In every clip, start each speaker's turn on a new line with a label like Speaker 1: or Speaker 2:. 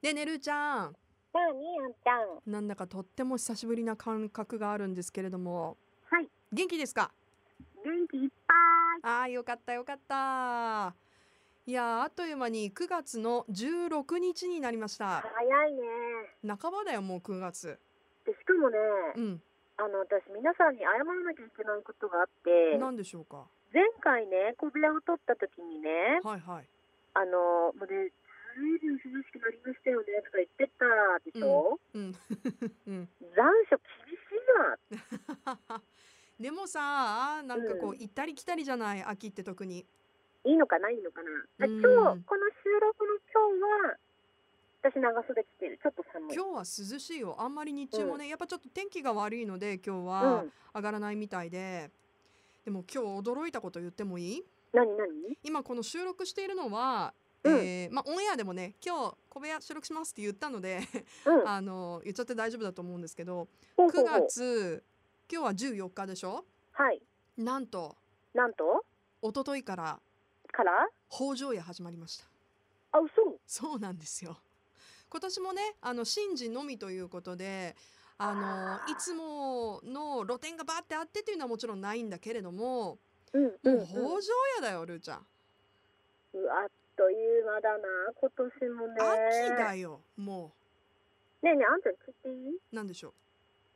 Speaker 1: ねえねるちゃん
Speaker 2: じゃあ、みやんちゃん。
Speaker 1: なんだかとっても久しぶりな感覚があるんですけれども
Speaker 2: はい。
Speaker 1: 元気ですか
Speaker 2: 元気いっぱい。
Speaker 1: あーよかったよかったいやーあっという間に9月の16日になりました
Speaker 2: 早いね。
Speaker 1: 半ばだよもう9月
Speaker 2: で、しかもね、
Speaker 1: うん
Speaker 2: あの、私、皆さんに謝らなきゃいけないことがあって、
Speaker 1: 何でしょうか
Speaker 2: 前回ね、小倉を取った時にね、
Speaker 1: はいはい
Speaker 2: あの、もうね、随分涼しくなりましたよね、とか言ってたでしょ、
Speaker 1: うんうん
Speaker 2: 残暑厳しいな。
Speaker 1: でもさあーなんかこう
Speaker 2: うん
Speaker 1: 行ったり来たりじゃない秋って特に
Speaker 2: いいのかな、いいのかな。で
Speaker 1: うん
Speaker 2: 今日、この収録の今日は、私、長袖着てる。ちょっと寒い。
Speaker 1: 今日は涼しいよあんまり日中もね、やっぱちょっと天気が悪いので今日
Speaker 2: う
Speaker 1: は
Speaker 2: ん。
Speaker 1: 上がらないみたいで、でも今日驚いたこと言ってもいい
Speaker 2: なになに
Speaker 1: 今この収録しているのは、
Speaker 2: うん
Speaker 1: えーまあ、オンエアでもね今日小部屋収録しますって言ったので
Speaker 2: うん。
Speaker 1: あの言っちゃって大丈夫だと思うんですけど
Speaker 2: ほう
Speaker 1: 9
Speaker 2: ほうほう。
Speaker 1: 月今日は14日でしょ
Speaker 2: はい。
Speaker 1: なんと
Speaker 2: なんと
Speaker 1: 一昨日から
Speaker 2: から
Speaker 1: 北条夜始まりました
Speaker 2: あ、嘘。
Speaker 1: そうなんですよ今年もねあの神事のみということであのいつもの露店がバーってあってっていうのはもちろんないんだけれども
Speaker 2: うんう
Speaker 1: も
Speaker 2: ん
Speaker 1: う
Speaker 2: うん、
Speaker 1: 北条屋だよルーちゃん
Speaker 2: うわあっという間だな今年もね
Speaker 1: 秋だよも
Speaker 2: ねえねえあんちゃん聞いていいう
Speaker 1: なんでしょう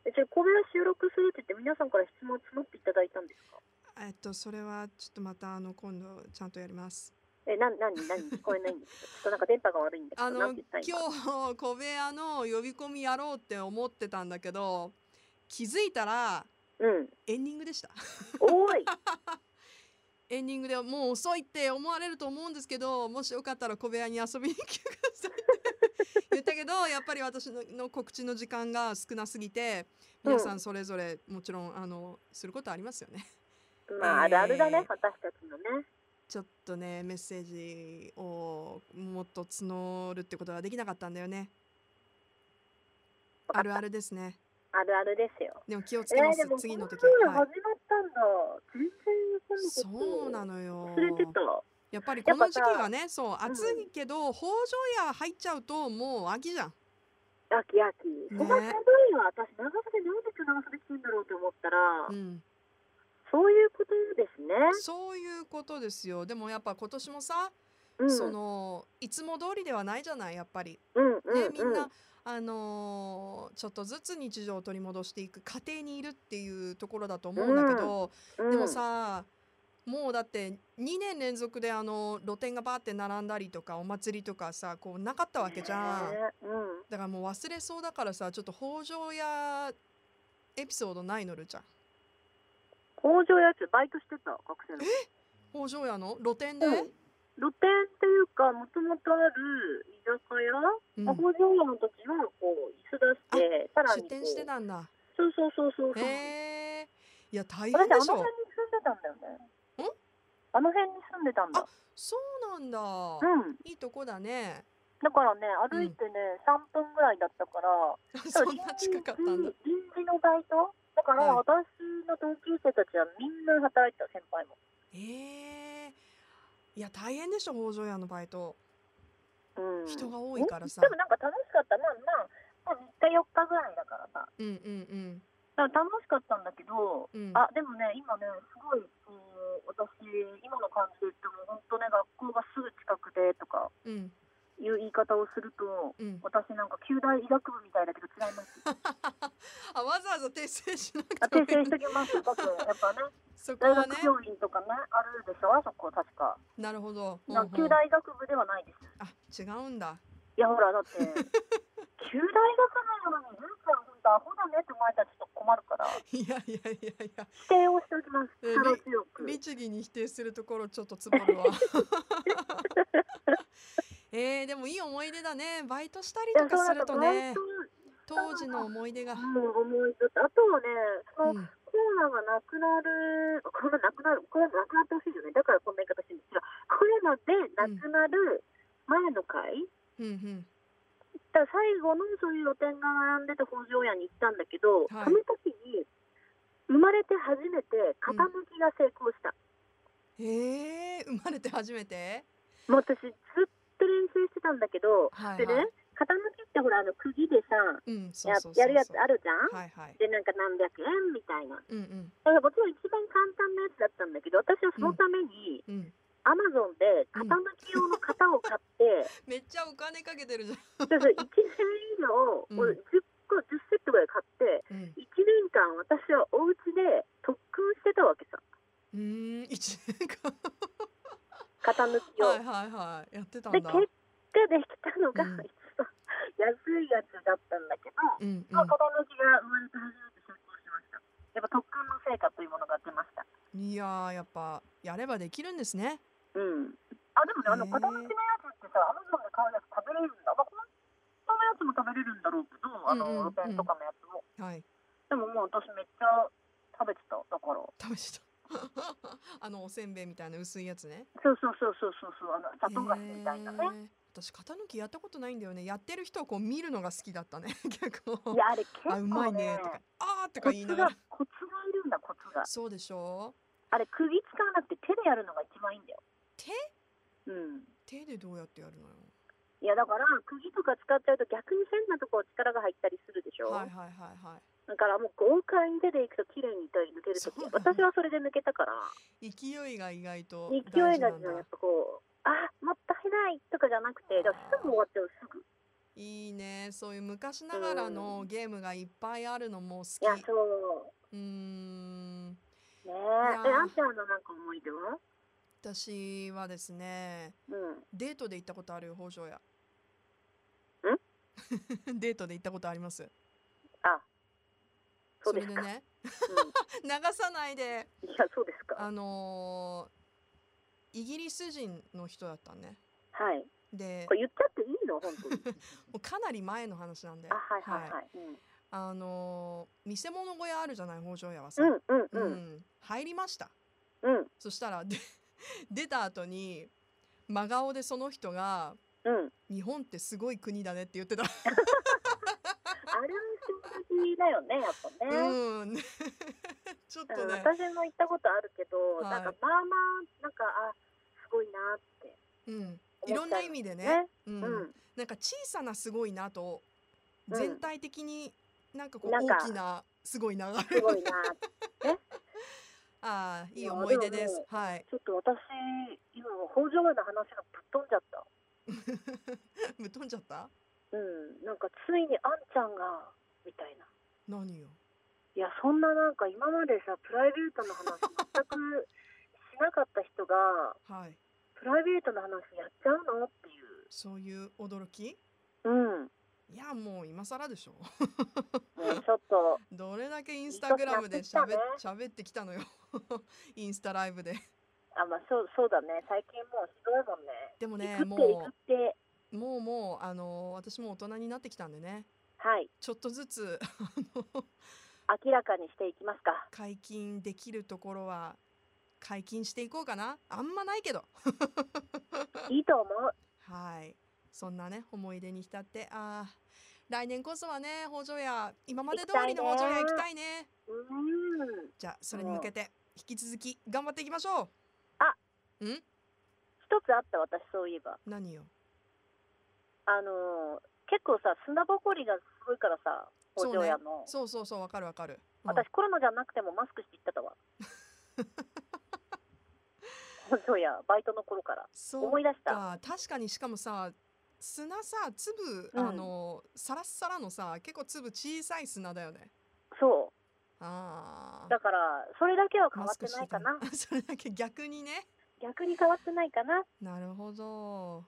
Speaker 2: えじゃあ小部屋収録するって言って皆さんから質問募っていただいたんですか
Speaker 1: えっとそれはちょっとまたあの今度ちゃんとやります
Speaker 2: えな何何聞こえないんですけどちょっとなんか電波が悪いんですけ
Speaker 1: あ
Speaker 2: どな
Speaker 1: の
Speaker 2: ん
Speaker 1: 今
Speaker 2: て言ったらいいの
Speaker 1: 日小部屋の呼び込みやろうって思ってたんだけど気づいたら
Speaker 2: うん
Speaker 1: エンディングでした
Speaker 2: おーい
Speaker 1: エンディングでもう遅いって思われると思うんですけどもしよかったら小部屋に遊びに来てくださいって言ったけどやっぱり私のの告知の時間が少なすぎて皆さんそれぞれもちろんあのすることありますよね。
Speaker 2: まああるあるだね、
Speaker 1: えー
Speaker 2: 私たちのね
Speaker 1: ちょっとねメッセージをもっと募るってことができなかったんだよね。あるあるですね。
Speaker 2: あるあるですよ
Speaker 1: でも気をつ
Speaker 2: え
Speaker 1: けま
Speaker 2: ー、
Speaker 1: す
Speaker 2: で、も
Speaker 1: 次の時
Speaker 2: こんなの
Speaker 1: は
Speaker 2: 始まったんだ、全
Speaker 1: い、
Speaker 2: 然
Speaker 1: そうな
Speaker 2: の
Speaker 1: のよ
Speaker 2: 忘れてた
Speaker 1: やっぱりこの時期
Speaker 2: やっぱさ
Speaker 1: はねそう暑いけど、北条屋入っちゃうともう秋じゃん
Speaker 2: 秋秋、そこは寒いわ私長袖なんで今日長袖着てんだろうと思ったら、
Speaker 1: うん、
Speaker 2: そういうことですね
Speaker 1: そういうことですよでもやっぱ今年もさ、
Speaker 2: うん
Speaker 1: そのいつも通りではないじゃないやっぱり、
Speaker 2: うんうん
Speaker 1: ね
Speaker 2: うん、
Speaker 1: みんな、あのーちょっとずつ日常を取り戻していく過程にいるっていうところだと思うんだけど、
Speaker 2: うん
Speaker 1: でもさもうだって2年連続であの露店がバーって並んだりとかお祭りとかさこうなかったわけじゃん
Speaker 2: ね。えうん
Speaker 1: だからもう忘れそうだからさちょっと北条屋エピソードないのるちゃん
Speaker 2: 工場やつバイトしてた学生の
Speaker 1: 北条屋の露店で、
Speaker 2: うん露店っていうかもともとある居酒屋、
Speaker 1: うん
Speaker 2: まあ工場屋の時はこう椅子出してさらに
Speaker 1: 出
Speaker 2: こう
Speaker 1: 店してたんだ
Speaker 2: そうそうそうそうそう、
Speaker 1: へえいや大
Speaker 2: 私あ
Speaker 1: 変でしょ
Speaker 2: の辺に住んでたんだよね
Speaker 1: ん
Speaker 2: あの辺に住んでたんだ
Speaker 1: そうなんだ、
Speaker 2: うん
Speaker 1: いいとこだね
Speaker 2: だからね歩いてね、三3分ぐらいだったから
Speaker 1: そんな近かったんだ
Speaker 2: 臨時臨時のバイトだから、
Speaker 1: はい
Speaker 2: 私の同級生たちはみんな働いてた先輩も
Speaker 1: ええいや大変でしょ北条屋のバイト
Speaker 2: うん
Speaker 1: 人が多いからさ
Speaker 2: でもなんか楽しかったまあまあもう3日4日ぐらいだからさ
Speaker 1: うんうん
Speaker 2: だから楽しかったんだけど、
Speaker 1: うんうん
Speaker 2: あでもね今ねすごいこう私今の感じで言っても本当ね学校がすぐ近くでとか
Speaker 1: うん
Speaker 2: いう言い方をすると
Speaker 1: うん
Speaker 2: 私なんか旧大医学部みたいだけど違 います
Speaker 1: あわざわざ訂正しなく
Speaker 2: あ
Speaker 1: ても
Speaker 2: 訂
Speaker 1: いい
Speaker 2: 正しときますだってやっぱね
Speaker 1: そこ
Speaker 2: 大
Speaker 1: はね
Speaker 2: 学病院とかねあるでしょあそこ確か
Speaker 1: なるほどほう
Speaker 2: なん
Speaker 1: ほ
Speaker 2: か旧
Speaker 1: う
Speaker 2: 大医学部ではないで
Speaker 1: あ
Speaker 2: す
Speaker 1: 違うんだ
Speaker 2: いやほらだって旧大医学部なのにルーちゃん本当アホだねって思われたらちょっと困るから
Speaker 1: いやいやいやいや
Speaker 2: 否定をしておきます。
Speaker 1: え
Speaker 2: 力強く。
Speaker 1: 律儀に否定するところちょっとつぼるわ えー、でもいい思い出だねバイトしたりとかするとね当時の思い出が、
Speaker 2: もう思い出あとはね、そ
Speaker 1: う
Speaker 2: の
Speaker 1: ん、
Speaker 2: コロナがなくなる、コロナなくなる、コロナなくなってほしいよね。だからこんな言い方してるんですが、コロナでなくなる前の回、
Speaker 1: うん
Speaker 2: だから最後のそういう露店が並んでた北条屋に行ったんだけど、
Speaker 1: はい
Speaker 2: その時に生まれて初めて傾きが成功した。
Speaker 1: うんえー、生まれて初めて
Speaker 2: もう私ずっと練習してたんだけど、
Speaker 1: はい
Speaker 2: で
Speaker 1: はい
Speaker 2: ね、傾きってほらあの釘でさ
Speaker 1: うん、そう
Speaker 2: や
Speaker 1: そうそうそう
Speaker 2: やるやつあるじゃん、
Speaker 1: はいはい。
Speaker 2: でなんか何百円みたいな
Speaker 1: うんうん
Speaker 2: だからもちろん一番簡単なやつだったんだけど私はそのために
Speaker 1: うん。
Speaker 2: アマゾンで傾き用の型を買って、
Speaker 1: めっちゃお金かけてるじゃ
Speaker 2: そうそう1年以
Speaker 1: う
Speaker 2: 上、
Speaker 1: ん
Speaker 2: もう10個10セットぐらい買って
Speaker 1: ん。うん。
Speaker 2: 1年間私はお家で特訓してたわけ
Speaker 1: う
Speaker 2: さ
Speaker 1: ーん、一年間。
Speaker 2: 傾き
Speaker 1: はい
Speaker 2: を、
Speaker 1: はいはい。やってたん
Speaker 2: で
Speaker 1: だ。
Speaker 2: 結果できたの
Speaker 1: う
Speaker 2: が、
Speaker 1: ん
Speaker 2: 一番 安いやつだったんだけど、
Speaker 1: うん
Speaker 2: まあ、傾きが生まれて初めて成功しましたやっぱ特訓の成果というものが出ました
Speaker 1: うん。いやー、やっぱやればできるんですね。
Speaker 2: うんあでもねあの
Speaker 1: へえ
Speaker 2: 傾きのやつってさアマゾンで買うやつ食べれるんだ、まあ、本当のやつも食べれるんだろうけどあの
Speaker 1: うんうんうん
Speaker 2: 露店とかのやつも、
Speaker 1: はい。
Speaker 2: でももう私めっちゃ食べてただか
Speaker 1: 試
Speaker 2: ら
Speaker 1: した。 あのおせんべいみたいな薄いやつね。
Speaker 2: そうそうそうそうそうそうあの砂糖菓子みたいなね、
Speaker 1: へー私型抜きやったことないんだよね。やってる人をこう見るのが好きだったね。 結構
Speaker 2: い。やあれ結
Speaker 1: あ、うまい
Speaker 2: 構
Speaker 1: ね
Speaker 2: ね
Speaker 1: とか。あーと
Speaker 2: コ
Speaker 1: か言いな
Speaker 2: ツ
Speaker 1: が
Speaker 2: が
Speaker 1: ら。
Speaker 2: コツがいるんだコツが
Speaker 1: そうでしょ
Speaker 2: あれ釘使わなくて手でやるのが一番いいんだよ
Speaker 1: 手
Speaker 2: うん
Speaker 1: 手でどうやってやるのよ。
Speaker 2: いやだから釘とか使っちゃうと逆に変なとこ力が入ったりするでしょ、
Speaker 1: はいはいはいは
Speaker 2: だからもう豪快に手でいくと綺麗に手抜けると
Speaker 1: そ
Speaker 2: き
Speaker 1: うなの
Speaker 2: 私はそれで抜けたから
Speaker 1: い。勢いが意外と
Speaker 2: 勢
Speaker 1: 大
Speaker 2: い
Speaker 1: 事な
Speaker 2: がやっ
Speaker 1: んだ。
Speaker 2: ぱこうあもったいないとかじゃなくてだからすぐ終わっちゃうすぐ
Speaker 1: いいね。そういう昔ながらのゲームがいっぱいあるのも
Speaker 2: いや
Speaker 1: 好き。
Speaker 2: そ
Speaker 1: う
Speaker 2: う
Speaker 1: ーん。
Speaker 2: ねえ
Speaker 1: いや
Speaker 2: えあんちゃんのなんか思い出は
Speaker 1: 私はですね、
Speaker 2: うん
Speaker 1: デートで行ったことあるよ、北条屋。
Speaker 2: ん
Speaker 1: デートで行ったことあります。
Speaker 2: あそうです
Speaker 1: れ
Speaker 2: か
Speaker 1: でね、
Speaker 2: う
Speaker 1: 流さないで、
Speaker 2: んいやそうですか
Speaker 1: あのーイギリス人の人だったね。
Speaker 2: はい
Speaker 1: で
Speaker 2: こ、れ言っちゃっていいの本当に
Speaker 1: もうかなり前の話なんで、
Speaker 2: あはいはいはい、
Speaker 1: あのー見せ物小屋あるじゃない、北条屋はさ。
Speaker 2: うん、うんう
Speaker 1: うん
Speaker 2: うん
Speaker 1: ん入りました。
Speaker 2: うん
Speaker 1: そしたらで出た後に真顔でその人が
Speaker 2: うん
Speaker 1: 「日本ってすごい国だね」って言ってた。
Speaker 2: あれは衝撃だよねやっぱね、
Speaker 1: うん、 ちょっと
Speaker 2: うん
Speaker 1: ね、
Speaker 2: 私も行ったことあるけど、
Speaker 1: はい
Speaker 2: なんかまあまあなんかあすごいなって
Speaker 1: うん、
Speaker 2: 思っちゃう
Speaker 1: いろんな意味でね
Speaker 2: ね
Speaker 1: う
Speaker 2: うんん、
Speaker 1: なんか小さなすごいなと
Speaker 2: うん
Speaker 1: 全体的になんかこう
Speaker 2: なんか
Speaker 1: 大きなすごい な
Speaker 2: すごいなって
Speaker 1: ああい
Speaker 2: い
Speaker 1: い
Speaker 2: や
Speaker 1: 思い出で
Speaker 2: ですも。
Speaker 1: はい、
Speaker 2: ちょっと私今北条絵の話がぶっ飛んじゃった
Speaker 1: ぶっ飛んじゃった
Speaker 2: うんなんかついにあんちゃんがみたいな
Speaker 1: 何よ
Speaker 2: いやそんななんか今までさプライベートの話全くしなかった人が
Speaker 1: はい、
Speaker 2: プライベートの話やっちゃうのっていう
Speaker 1: そういう驚き
Speaker 2: うん
Speaker 1: いやもう今更でしょ
Speaker 2: もうちょっと
Speaker 1: どれだけインスタグラムで喋
Speaker 2: いい年やってき
Speaker 1: 喋ってきたのよ インスタライブで
Speaker 2: あまあそうそうだね最近もうひどいもんね
Speaker 1: でもね
Speaker 2: 行くって行
Speaker 1: も
Speaker 2: くって
Speaker 1: うもうもうあの私も大人になってきたんでね
Speaker 2: はい
Speaker 1: ちょっとずつあの
Speaker 2: 明らかにしていきますか
Speaker 1: 解禁できるところは解禁していこうかなあんまないけど
Speaker 2: いいと思う
Speaker 1: はいそんなね思い出に浸ってあー来年こそはね北条屋今まで通りの
Speaker 2: 行
Speaker 1: 北
Speaker 2: きた
Speaker 1: 条
Speaker 2: いね
Speaker 1: 屋行きたいね
Speaker 2: うーん
Speaker 1: じゃあそれに向けて引き続き頑張っていきましょう
Speaker 2: あ
Speaker 1: ん
Speaker 2: 一つあった私そういえば
Speaker 1: 何よ
Speaker 2: あのー結構さ砂ぼこりがすごいからさ
Speaker 1: そう
Speaker 2: 工
Speaker 1: ね
Speaker 2: 場屋の、
Speaker 1: そうそうそうわかるわかる、うん
Speaker 2: 私コロナじゃなくてもマスクして行って たわ工場屋バイトの頃から
Speaker 1: そ
Speaker 2: 思
Speaker 1: う
Speaker 2: い出した
Speaker 1: か確かにしかもさ砂さ粒、
Speaker 2: うん
Speaker 1: あのサラッサラのさ結構粒小さい砂だよね
Speaker 2: そ
Speaker 1: ああ
Speaker 2: うだからそれだけは変わ
Speaker 1: マ
Speaker 2: っ
Speaker 1: スク
Speaker 2: て
Speaker 1: し
Speaker 2: な
Speaker 1: て
Speaker 2: いか
Speaker 1: た
Speaker 2: な
Speaker 1: の それだけ逆にね
Speaker 2: 逆に変わってないかな
Speaker 1: なるほど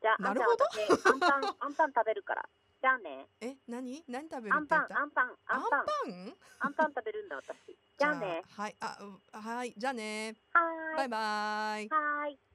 Speaker 2: じゃああ
Speaker 1: なんる
Speaker 2: ちゃん
Speaker 1: ほど
Speaker 2: 私あんパン あんパン食べるからじゃあね
Speaker 1: え何何食べる
Speaker 2: あ
Speaker 1: っ
Speaker 2: ん
Speaker 1: て言った
Speaker 2: パンあんパンあんパン
Speaker 1: あんパン
Speaker 2: あんパン食べるんだ私じゃあね
Speaker 1: はいあうはいじゃあね
Speaker 2: はー
Speaker 1: バ
Speaker 2: い
Speaker 1: イバイ
Speaker 2: はーい